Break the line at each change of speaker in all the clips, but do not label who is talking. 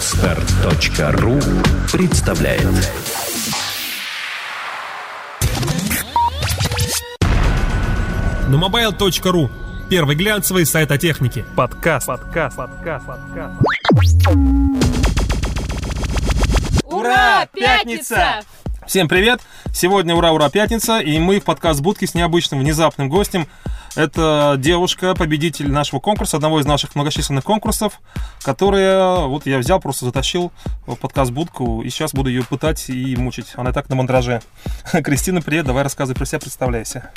Отстар.ру представляет
на mobile.ru. Первый глянцевый сайт о технике.
Подкаст. Подкаст. Подкаст. Подкаст.
Ура! Пятница!
Всем привет! Сегодня ура-ура пятница, и мы в подкаст Будки с необычным внезапным гостем. Это девушка, победитель нашего конкурса, одного из наших многочисленных конкурсов, которые вот я взял, просто затащил в подкаст Будку, и сейчас буду ее пытать и мучить. Она и так на мандраже. Кристина, привет, давай рассказывай про себя, представляйся.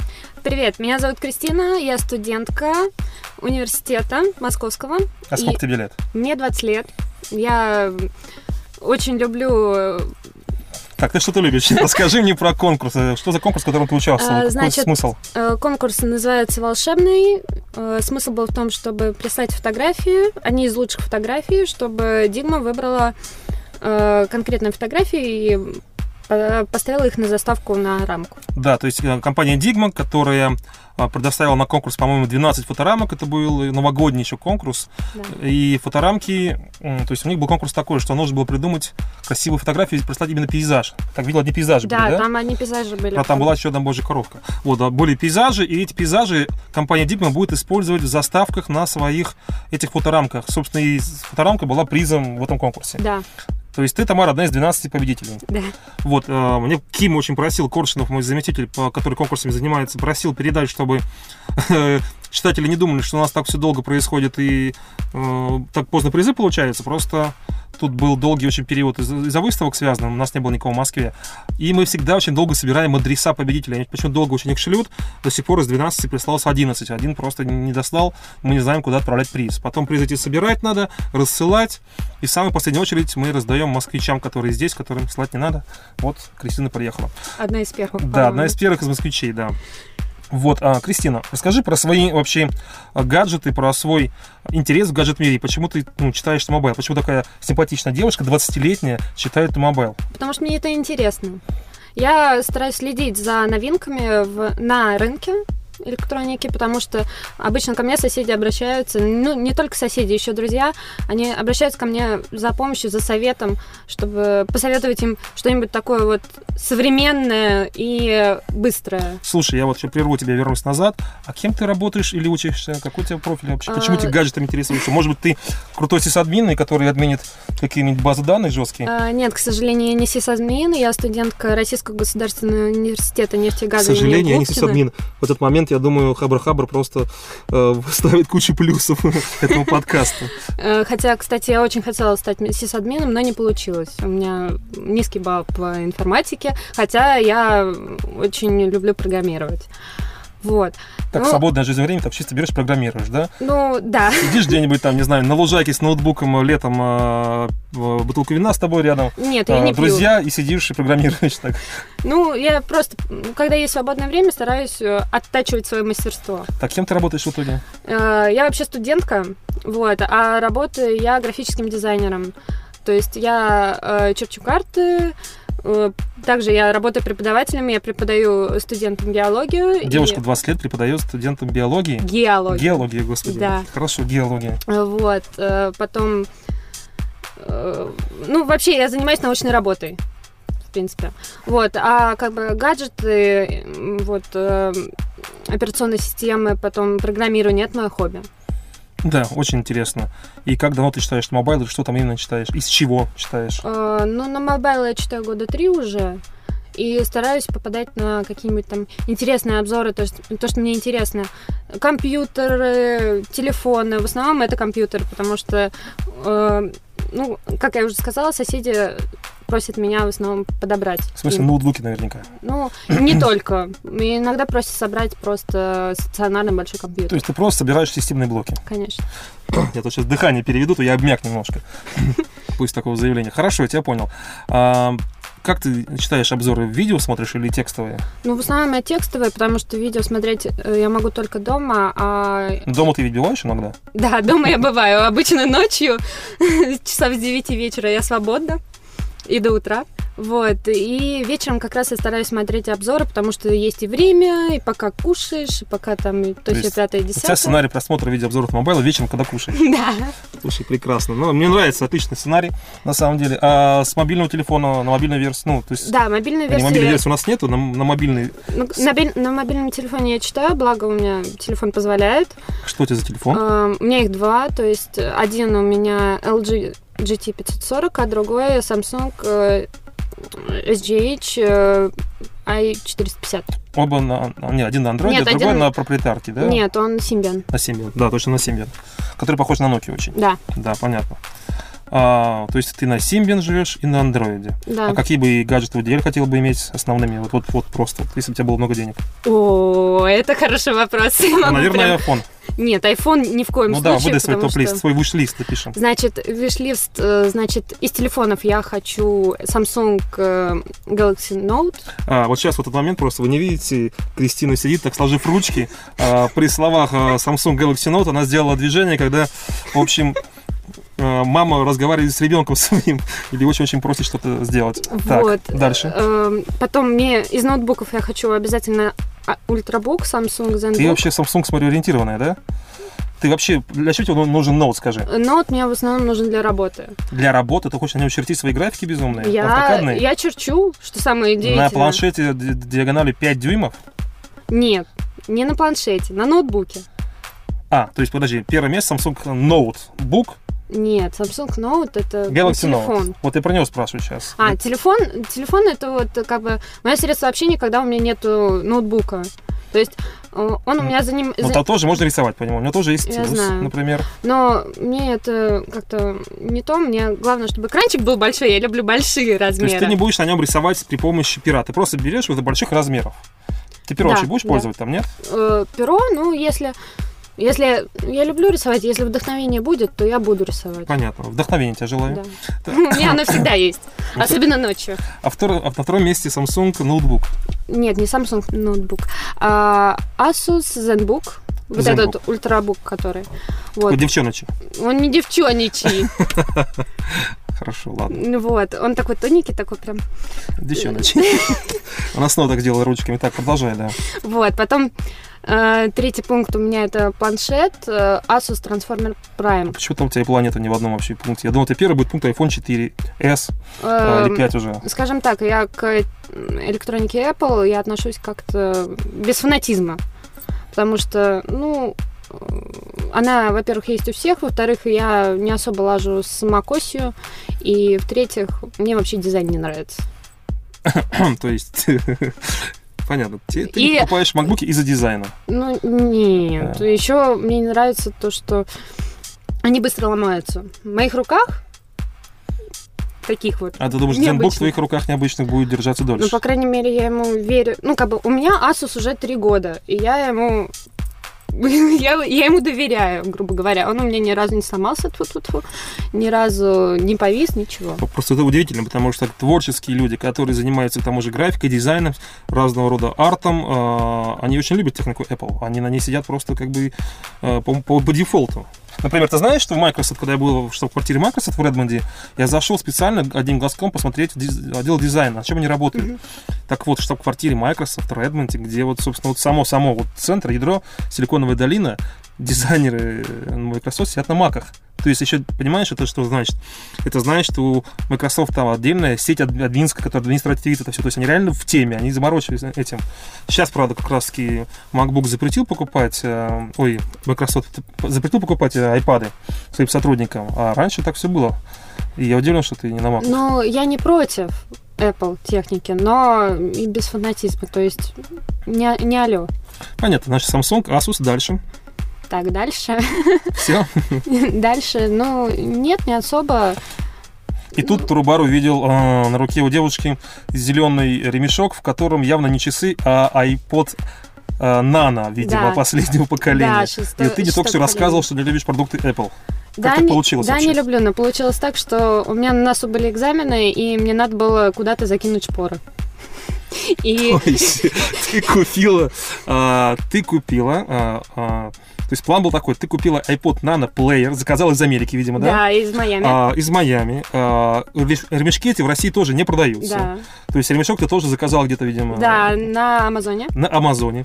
Привет, меня зовут Кристина, я студентка университета московского.
А сколько тебе лет?
Мне 20 лет. Я очень люблю
Так, ты что-то любишь? Расскажи мне про конкурс. Что за конкурс, в котором ты участвовал?
А,
Какой
значит,
смысл?
Э, Конкурс называется «Волшебный». Э, Смысл был в том, чтобы прислать фотографии, одни из лучших фотографий, чтобы Дигма выбрала э, конкретные фотографии и э, поставила их на заставку на рамку.
Да, то есть э, компания Digma, которая э, предоставила на конкурс, по-моему, 12 фоторамок. Это был новогодний еще конкурс.
Да.
И фоторамки, м, то есть у них был конкурс такой, что нужно было придумать красивые фотографии и прислать именно пейзаж. Так видел одни пейзажи
Да,
были, да?
там одни пейзажи были.
А там была еще одна божья коровка. Вот, а были пейзажи, и эти пейзажи компания Digma будет использовать в заставках на своих этих фоторамках. Собственно, и фоторамка была призом в этом конкурсе.
Да,
То есть ты, Тамара, одна из 12 победителей.
да.
Вот, э, мне Ким очень просил, Коршинов, мой заместитель, по- который конкурсами занимается, просил передать, чтобы э, читатели не думали, что у нас так все долго происходит и э, так поздно призы получаются. Просто тут был долгий очень период из- из-за выставок связан, у нас не было никого в Москве. И мы всегда очень долго собираем адреса победителей. Они почему долго очень их шлют. До сих пор из 12 прислалось 11. Один просто не достал. Мы не знаем, куда отправлять приз. Потом приз эти собирать надо, рассылать. И в самую последнюю очередь мы раздаем москвичам, которые здесь, которым слать не надо. Вот Кристина приехала.
Одна из первых.
Да,
по-моему.
одна из первых из москвичей, да. Вот, а, Кристина, расскажи про свои вообще а, гаджеты, про свой интерес в гаджет-мире. Почему ты ну, читаешь мобайл? Почему такая симпатичная девушка, 20-летняя, читает мобайл?
Потому что мне это интересно. Я стараюсь следить за новинками в- на рынке электроники, потому что обычно ко мне соседи обращаются, ну, не только соседи, еще друзья, они обращаются ко мне за помощью, за советом, чтобы посоветовать им что-нибудь такое вот современное и быстрое.
Слушай, я вот сейчас прерву тебя, вернусь назад. А кем ты работаешь или учишься? Какой у тебя профиль вообще? Почему
А,
ты гаджетами интересуешься? Может быть, ты крутой сисадмин, который отменит какие-нибудь базы данных жесткие?
А, Нет, к сожалению, я не сисадмин, я студентка Российского государственного университета
К
нефтегаза. имени
сожалению, я не
Губкина.
сисадмин. В этот момент, я думаю, Хабр-Хабр просто э, ставит кучу плюсов этому подкасту.
Э, Хотя, кстати, я очень хотела стать ми- сисадмином, но не получилось. У меня низкий балл по информатике, хотя я очень люблю программировать. Вот.
Так,
Ну,
в свободное жизнь время, там чисто берешь, программируешь, да?
Ну, да.
Сидишь где-нибудь там, не знаю, на лужайке с ноутбуком э, летом, э, э, бутылка вина с тобой рядом,
Нет,
э,
я не пью.
друзья, и сидишь и программируешь так.
Ну, я просто, м, когда есть свободное время, стараюсь э, оттачивать свое мастерство.
Так, кем ты работаешь в итоге?
Э, Я вообще студентка, вот, а работаю я графическим дизайнером. То есть я э, черчу карты, э, также я работаю преподавателем, я преподаю студентам геологию. и-
Девушка 20 лет преподает студентам биологии.
Геологию.
Геология, господи.
Да.
Хорошо, геология.
Вот, э, потом... э, Ну, вообще, я занимаюсь научной работой, в принципе. Вот, а как бы гаджеты, м, вот, э, операционные системы, потом программирование, это мое хобби.
Да, очень интересно. И как давно ты читаешь мобайл, и что там именно читаешь? Из чего читаешь?
Э, Ну, на мобайл я читаю года три уже, и стараюсь попадать на какие-нибудь там интересные обзоры, то, есть, то, что мне интересно. Компьютеры, телефоны, в основном это компьютер, потому что, э, ну, как я уже сказала, соседи просят меня в основном подобрать.
В смысле,
им.
ноутбуки наверняка.
Ну, не только. И иногда просят собрать просто стационарный большой
То
компьютер.
есть ты просто собираешь системные блоки.
Конечно.
Я тут сейчас дыхание переведу, то я обмяк немножко. Пусть такого заявления. Хорошо, я тебя понял. А, Как ты читаешь обзоры? Видео смотришь или текстовые?
Ну, в основном я текстовые, потому что видео смотреть э, я могу только дома, а
Дома ты выбиваешь иногда?
Да, дома я бываю. Обычно ночью, часов с 9 вечера я свободна. И до утра. Вот, и вечером как раз я стараюсь смотреть обзоры, потому что есть и время, и пока кушаешь, и пока там и то,
То
все
есть
пятое,
У тебя
десятое.
сценарий просмотра видеообзоров мобайла вечером, когда кушаешь.
Да.
Слушай, прекрасно. Ну, мне нравится, отличный сценарий, на самом деле. А с мобильного телефона на мобильную версию, ну, то есть...
Да,
а
мобильная
не мобильной
версия.
версии у нас нету, на, на мобильный...
Ну, На, бел- на мобильном телефоне я читаю, благо у меня телефон позволяет.
Что у тебя за телефон?
Эм, У меня их два, то есть э, один у меня LG GT 540, а другой Samsung э, SGH э, i450.
Оба на... на- Не, один на андроиде,
Нет,
другой
один-
на проприетарке, да?
Нет, он Symbian.
На Symbian. Да, точно на Symbian. Который похож на Nokia очень.
Да,
Да, понятно. А, то есть ты на Symbian живешь и на андроиде.
да.
А какие бы гаджеты в DL хотел бы иметь основными? Вот, вот, вот просто, вот, если бы у тебя было много денег.
О, это хороший вопрос. Я
А,
могу
наверное, iPhone.
прям- Нет, iPhone ни Ну, в коем
Ну да,
случае.
выдай свой
потому что-
топ-лист, свой виш-лист напишем.
Значит, виш-лист, э, значит, из телефонов я хочу Samsung э, Galaxy Note.
А, вот сейчас в этот момент просто вы не видите, Кристина сидит, так сложив ручки. А, при словах а, Samsung Galaxy Note она сделала движение, когда, в общем, а, мама разговаривает с ребенком своим или очень-очень просит что-то сделать.
Вот.
Так, дальше.
Эм, Потом мне из ноутбуков я хочу обязательно а, ультрабук Samsung
Ты
ZenBook.
вообще Samsung, смотрю, ориентированная, да? Ты вообще, для чего тебе он нужен ноут, скажи?
Ноут мне в основном нужен для работы.
Для работы? Ты хочешь на нем чертить свои графики безумные?
Я,
автокадные?
я черчу, что самое удивительное.
Э, На планшете ди- диагонали 5 дюймов?
Нет, не на планшете, на ноутбуке.
А, то есть, подожди, первое место Samsung Notebook
Нет, Samsung Note это ну,
Galaxy
телефон.
Note. Вот я про него спрашиваю сейчас.
А, телефон, телефон это вот как бы мое средство общения, когда у меня нету ноутбука. То есть э, он у меня за ним...
Ну,
за-
там тоже можно рисовать по нему. У него тоже есть
Я
стилус,
знаю.
например.
Но мне это как-то не то. Мне главное, чтобы экранчик был большой. Я люблю большие
То есть
размеры.
ты не будешь на нем рисовать при помощи пера. Ты просто берешь его до больших размеров. Ты перо
Да,
вообще будешь
да.
пользоваться там, нет?
Э, перо, ну, если... Если я люблю рисовать, если вдохновение будет, то я буду рисовать.
Понятно. Вдохновение тебя желаю.
Да. У меня оно всегда есть. Особенно ночью.
А, втор- а на втором месте Samsung ноутбук.
Нет, не Samsung ноутбук. а Asus ZenBook. Вот
ZenBook.
этот ультрабук, который.
Вот.
Вот.
девчоночи.
Он не девчоничий.
Хорошо, ладно.
Вот. Он такой тоненький, такой прям.
Девчоночи. Она снова так сделала ручками. Так, продолжай, да.
Вот. Потом э, третий пункт у меня это планшет э, Asus Transformer Prime.
Почему там у тебя и планета ни в одном вообще пункте? Я думал, это первый будет пункт iPhone 4S а, или
Эм,
5 уже.
Скажем так, я к э, электронике Apple я отношусь как-то без фанатизма, потому что, ну, э, она, во-первых, есть у всех, во-вторых, я не особо лажу с макосью, и в-третьих, мне вообще дизайн не нравится.
То есть... Понятно. Ты, ты
И-
покупаешь макбуки из-за дизайна.
Ну, нет.
Да.
Еще мне не нравится то, что они быстро ломаются. В моих руках таких вот.
А ты думаешь, дзенбук в
Необычно.
твоих руках необычных будет держаться дольше?
Ну, по крайней мере, я ему верю. Ну, как бы у меня Asus уже три года, и я ему... Я, я ему доверяю, грубо говоря. Он у меня ни разу не сломался, тьфу -тьфу -тьфу, ни разу не повис, ничего.
Просто это удивительно, потому что творческие люди, которые занимаются к тому же графикой, дизайном, разного рода артом, э, они очень любят технику Apple. Они на ней сидят просто как бы э, по, по- по дефолту. Например, ты знаешь, что в Microsoft, когда я был что в квартире Microsoft в Редмонде, я зашел специально одним глазком посмотреть диз- отдел дизайна, на чем они работают. Так вот, в штаб-квартире Microsoft в Редмонде, где вот, собственно, вот само-само вот центр, ядро, Силиконовая долина, дизайнеры э, Microsoft сидят на маках. То есть еще, понимаешь, это что значит? Это значит, что у Microsoft там отдельная сеть адми- админская, которая административит это все. То есть они реально в теме, они заморочились этим. Сейчас, правда, как раз таки MacBook запретил покупать, э, ой, Microsoft запретил покупать э, iPad своим сотрудникам, а раньше так все было. И я удивлен, что ты не на Mac.
Ну, я не против Apple техники, но и без фанатизма, то есть не, не алло.
Понятно, значит, Samsung, Asus, дальше.
Так, дальше.
Все.
Дальше, ну, нет, не особо.
И тут Турубар увидел э, на руке у девушки зеленый ремешок, в котором явно не часы, а iPod э, Nano, видимо,
Да.
последнего поколения.
Да, шесто-
И ты не только что
шестое
рассказывал, что не любишь продукты Apple. Как так
не-
получилось
Да,
вообще?
не люблю, но получилось так, что у меня на носу были экзамены, и мне надо было куда-то закинуть шпоры. И
То есть ты купила, а, ты купила а, а, То есть план был такой, ты купила iPod Nano Player, заказала из Америки, видимо, да?
Да, из Майами.
А, из Майами. А, реш- ремешки эти в России тоже не продаются.
да.
То есть ремешок ты тоже заказал где-то, видимо,
да, на Амазоне.
на Амазоне.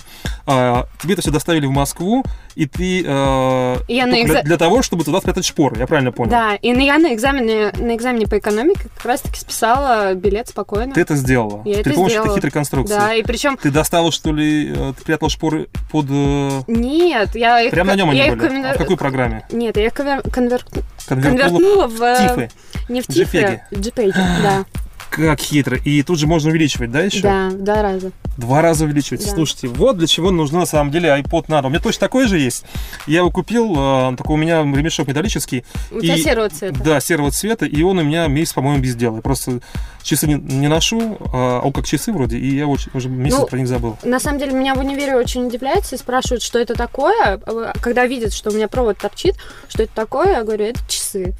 А, тебе это все доставили в Москву, и ты а,
И я
ну,
на
для,
экза-
для того, чтобы туда спрятать шпоры, я правильно понял?
Да, и на- я на экзамене, на экзамене по экономике как раз-таки списала билет спокойно.
Ты это сделала.
Я
ты
это
помнишь, это
сделала.
хитрая конструкция.
Да, и причем
Ты доставил, что ли, э, ты прятал шпоры под... э,
нет, я их
Прямо на
ко-
нем они
я их
были?
конвер-
А в какой программе?
Нет, я их конвер- конвер-
Конвертнула
конвертнула в э,
тифы.
не в тифы, в JPEG, да,
Как хитро. И тут же можно увеличивать, да, еще?
да, в два раза.
Два раза увеличивать.
Да.
Слушайте, вот для чего нужна на самом деле iPod Nano. У меня точно такой же есть. Я его купил, э, такой у меня ремешок металлический.
У
И-
тебя серого цвета.
Да, серого цвета, и он у меня месяц, по-моему, без дела. Я просто часы не, не ношу, а он как часы вроде, и я очень- уже месяц
Ну,
про них забыл.
На самом деле меня в универе очень удивляется и спрашивают, что это такое. А Когда видят, что у меня провод торчит, что это такое, я говорю, это часы.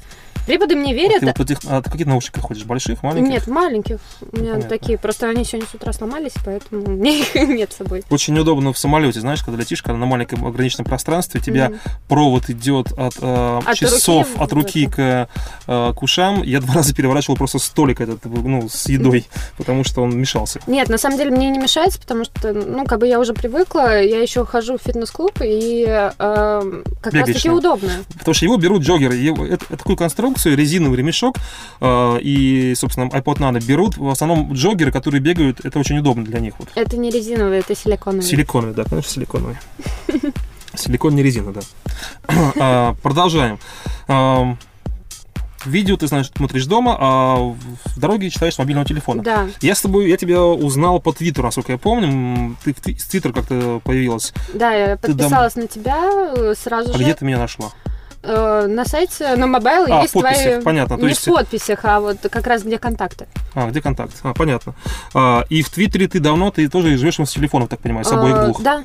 Преподы мне верят. э,
Ты вот этих- а, ты в каких наушниках ходишь? Больших, маленьких?
Нет, маленьких. У меня
Понятно.
такие. Просто они сегодня с утра сломались, поэтому у меня их нет с собой.
Очень неудобно в самолете, знаешь, когда летишь, когда на маленьком ограниченном пространстве, у тебя
Мгм.
провод идет от, э,
От
часов,
руки в-
от руки к, э, к ушам. Я два раза переворачивал просто столик этот, ну, с едой, потому что он мешался.
Нет, на самом деле мне не мешается, потому что, ну, как бы я уже привыкла, я еще хожу в фитнес-клуб, и эм, как
Бегаешь,
раз-таки
да?
удобно.
Потому что его берут джоггеры. Его- э, это- это такую конструкцию, резиновый ремешок э, и, собственно, iPod Nano берут. В основном джоггеры, которые бегают, это очень удобно для них. Вот.
Это не резиновый, это силиконовый.
Силиконовые, да, конечно, силиконовые. Силикон не резина, да. А, Продолжаем. Ам, Видео ты, значит, смотришь дома, а в дороге читаешь с мобильного телефона.
Да.
Я с тобой, я тебя узнал по Твиттеру, насколько я помню. М, Ты в Твит- с Твиттера как-то появилась.
Да, я
Ты дам-
подписалась на тебя э, сразу
А
же.
где ты меня нашла?
Э, на сайте, на мобайл
А, в
Ну, есть
подписях,
твои...
понятно. То
не
есть-
в подписях, а вот как раз где контакты.
А, где контакт? А, понятно. А, и в Твиттере ты давно, ты тоже живешь с телефоном, так понимаю, с обоих
Э,
двух.
Да.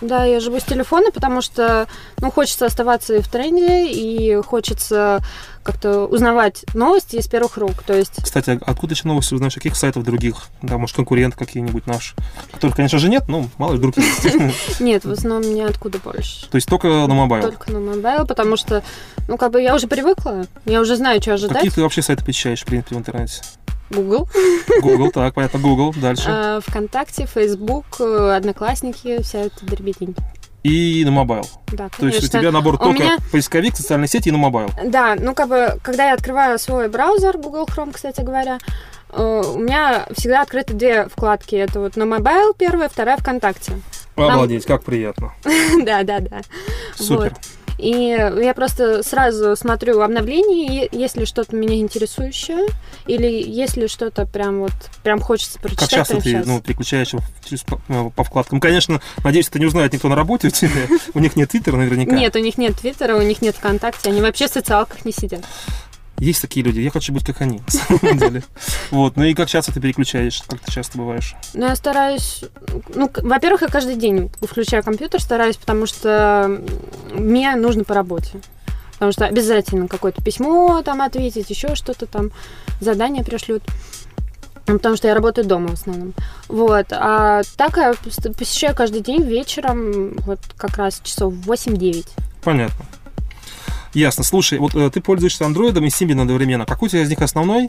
Да, я живу с телефона, потому что ну, хочется оставаться и в тренде, и хочется как-то узнавать новости из первых рук. То есть
Кстати, а откуда еще новости узнаешь? Каких сайтов других? Да, может, конкурент какие-нибудь наш? Которых, конечно же, нет, но мало ли вдруг есть.
нет, в основном ниоткуда больше.
То есть только на мобайл.
Только на мобайл, потому что, ну, как бы я уже привыкла, я уже знаю, что
Какие
ожидать.
ты вообще сайты посещаешь, в принципе, в интернете?
Google,
Google, так, понятно, Google, дальше.
э, ВКонтакте, Facebook, э, Одноклассники, вся эта дребедень.
И на мобайл.
Да,
То есть у
конечно.
тебя набор
У
только
меня-
поисковик, социальные сети и на мобайл.
Да, ну как бы, когда я открываю свой браузер, Google Chrome, кстати говоря, э, у меня всегда открыты две вкладки. Это вот на мобайл первая, вторая ВКонтакте.
Обалдеть, как приятно.
Да, да, да.
Супер.
И я просто сразу смотрю обновления, и если что-то меня интересующее, или если что-то прям вот, прям хочется
Как
прочитать.
часто
прямо
ты
щас.
ну, переключаешь в- через по, э, по вкладкам? Конечно, надеюсь, это не узнает никто на работе у тебя. У них нет твиттера наверняка.
Нет, у них нет Твиттера, у них нет ВКонтакте, они вообще в социалках не сидят.
Есть такие люди, я хочу быть как они, на самом деле. Вот, ну и как часто ты переключаешь, как ты часто бываешь?
Ну, я стараюсь... Ну, к- во-первых, я каждый день включаю компьютер, стараюсь, потому что м, мне нужно по работе. Потому что обязательно какое-то письмо там ответить, еще что-то там, задание пришлют. Ну, Потому что я работаю дома в основном. Вот. А так я пос- посещаю каждый день вечером, вот как раз часов в 8-9.
Понятно. Ясно. Слушай, вот э, ты пользуешься андроидом и Symbian одновременно. Какой у тебя из них основной?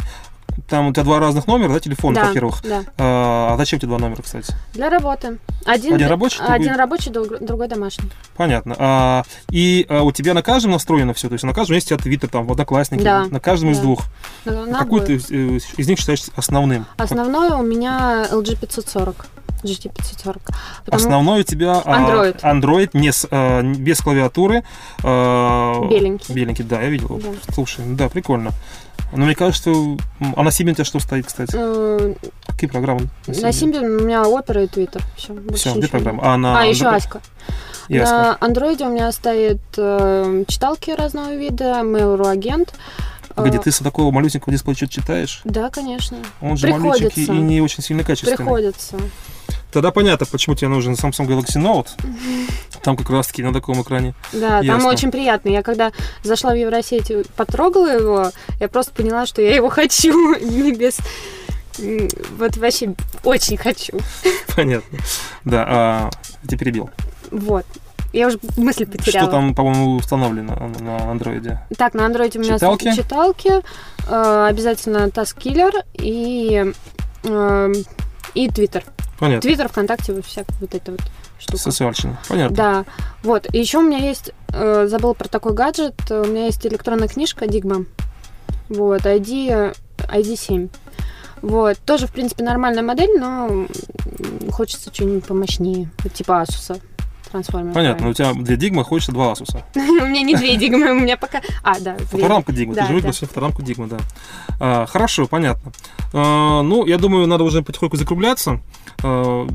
Там у тебя два разных номера, да, телефона,
да,
во-первых.
да.
А а зачем тебе два номера, кстати?
Для работы. Один,
Один рабочий, другой-
один рабочий, друг- другой домашний.
Понятно. А, и а, у тебя на каждом настроено все, то есть на каждом есть у тебя Твиттер, там, Одноклассники,
Да.
на каждом из
Да.
двух.
На- на
Какой
обоих.
ты э, из них считаешь основным?
Основное у меня LG 540. GT 540. Потому-
Основной у тебя а,
Android.
Android не с, а, н- без клавиатуры. а,
Беленький.
Беленький, да, я видел. его.
Да.
Слушай, ну да, прикольно. Но мне кажется, м, а на Symbian у тебя что стоит, кстати?
Э,
Какие программы?
На Симбе у меня опера и твиттер. Все,
Все, две программы. А, на
А, еще
Android-
Аська.
Ясно.
На андроиде у меня стоит э, читалки разного вида, Mail.ru агент. Э,
Погоди, А ты с такого малюсенького дисплея что-то читаешь?
Да, конечно.
Он же
Приходится.
малюсенький и не очень сильно качественный.
Приходится.
Тогда понятно, почему тебе нужен Samsung Galaxy Note. Там как раз-таки на таком экране.
Да,
Ясно.
там очень приятно. Я когда зашла в Евросеть и потрогала его, я просто поняла, что я его хочу. Не без... м, Вот вообще очень хочу.
Понятно. Да, а, я тебя перебил.
Вот. Я уже мысль потеряла.
Что там, по-моему, установлено на андроиде?
Так, на андроиде у меня
Читалки?
с- читалки, э, обязательно Таскиллер и э, и Твиттер.
Понятно.
Твиттер, ВКонтакте, вот вся вот эта вот штука.
Социальщина. Понятно.
Да, вот. И еще у меня есть, э, забыл забыла про такой гаджет, э, у меня есть электронная книжка Digma. Вот, ID, э, ID 7. Вот, тоже, в принципе, нормальная модель, но м, хочется что-нибудь помощнее, вот типа Asus. Трансформер.
Понятно. У тебя две Дигма, хочется два Асуса.
У меня не две Digma, у меня пока... А, да, две.
Фоторамка Дигма.
Да,
Ты же
да.
выбрал себе фоторамку Дигма, да. А, хорошо, понятно. А, ну, я думаю, надо уже потихоньку закругляться. А,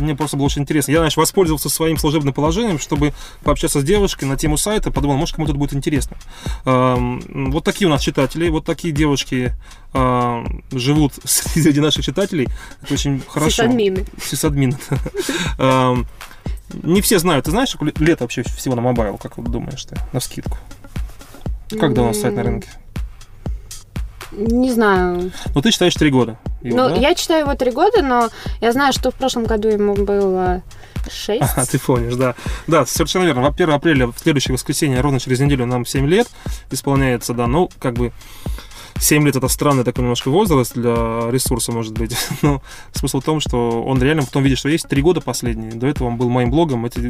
мне просто было очень интересно. Я, значит, воспользовался своим служебным положением, чтобы пообщаться с девушкой на тему сайта. Подумал, может, кому-то это будет интересно. А, м, вот такие у нас читатели, вот такие девушки а, живут среди наших читателей. Это очень хорошо.
Сисадмины.
сисадмин. Эм, Не все знают. Ты знаешь, сколько лет вообще всего на мобайл, как вот думаешь ты, на скидку? Как давно сайт на
М,
рынке?
Не знаю.
Ну, ты считаешь 3 года. его,
ну,
да?
я читаю его три года, но я знаю, что в прошлом году ему было шесть.
А, ты помнишь, да. Да, совершенно верно. Во 1 апреля, в следующее воскресенье, ровно через неделю нам 7 лет исполняется, да, ну, как бы 7 лет это странный такой немножко возраст для ресурса, может быть. Но смысл в том, что он реально в том виде, что есть, 3 года последние. До этого он был моим блогом. Это,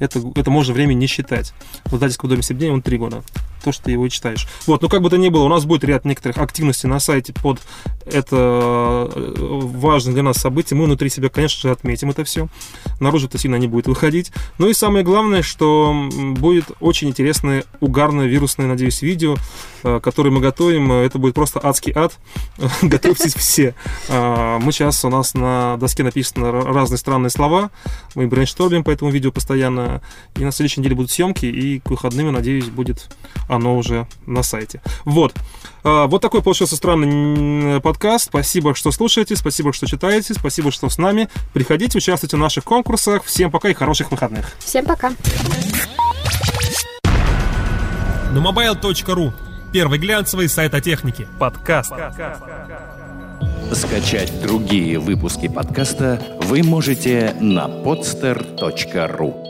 это, это можно время не считать. В издательском доме 7 дней он 3 года. То, что ты его и читаешь. Вот, ну как бы то ни было, у нас будет ряд некоторых активностей на сайте под это э, важное для нас событие. Мы внутри себя, конечно же, отметим это все наружу это сильно не будет выходить. Ну и самое главное, что м, будет очень интересное, угарное, вирусное, надеюсь, видео, э, которое мы готовим. Э, Это будет просто адский ад. Готовьтесь все. А, Мы сейчас, у нас на доске написаны р- разные странные слова. Мы брейнштормим по этому видео постоянно. И на следующей неделе будут съемки, и к выходным, я надеюсь, будет оно уже на сайте. Вот. А, Вот такой получился странный м, подкаст. Спасибо, что слушаете, спасибо, что читаете, спасибо, что с нами. Приходите, участвуйте в наших конкурсах. Всем пока и хороших выходных.
Всем пока.
На mobile.ru первый глянцевый сайт о технике. Подкаст.
Скачать другие выпуски подкаста вы можете на podster.ru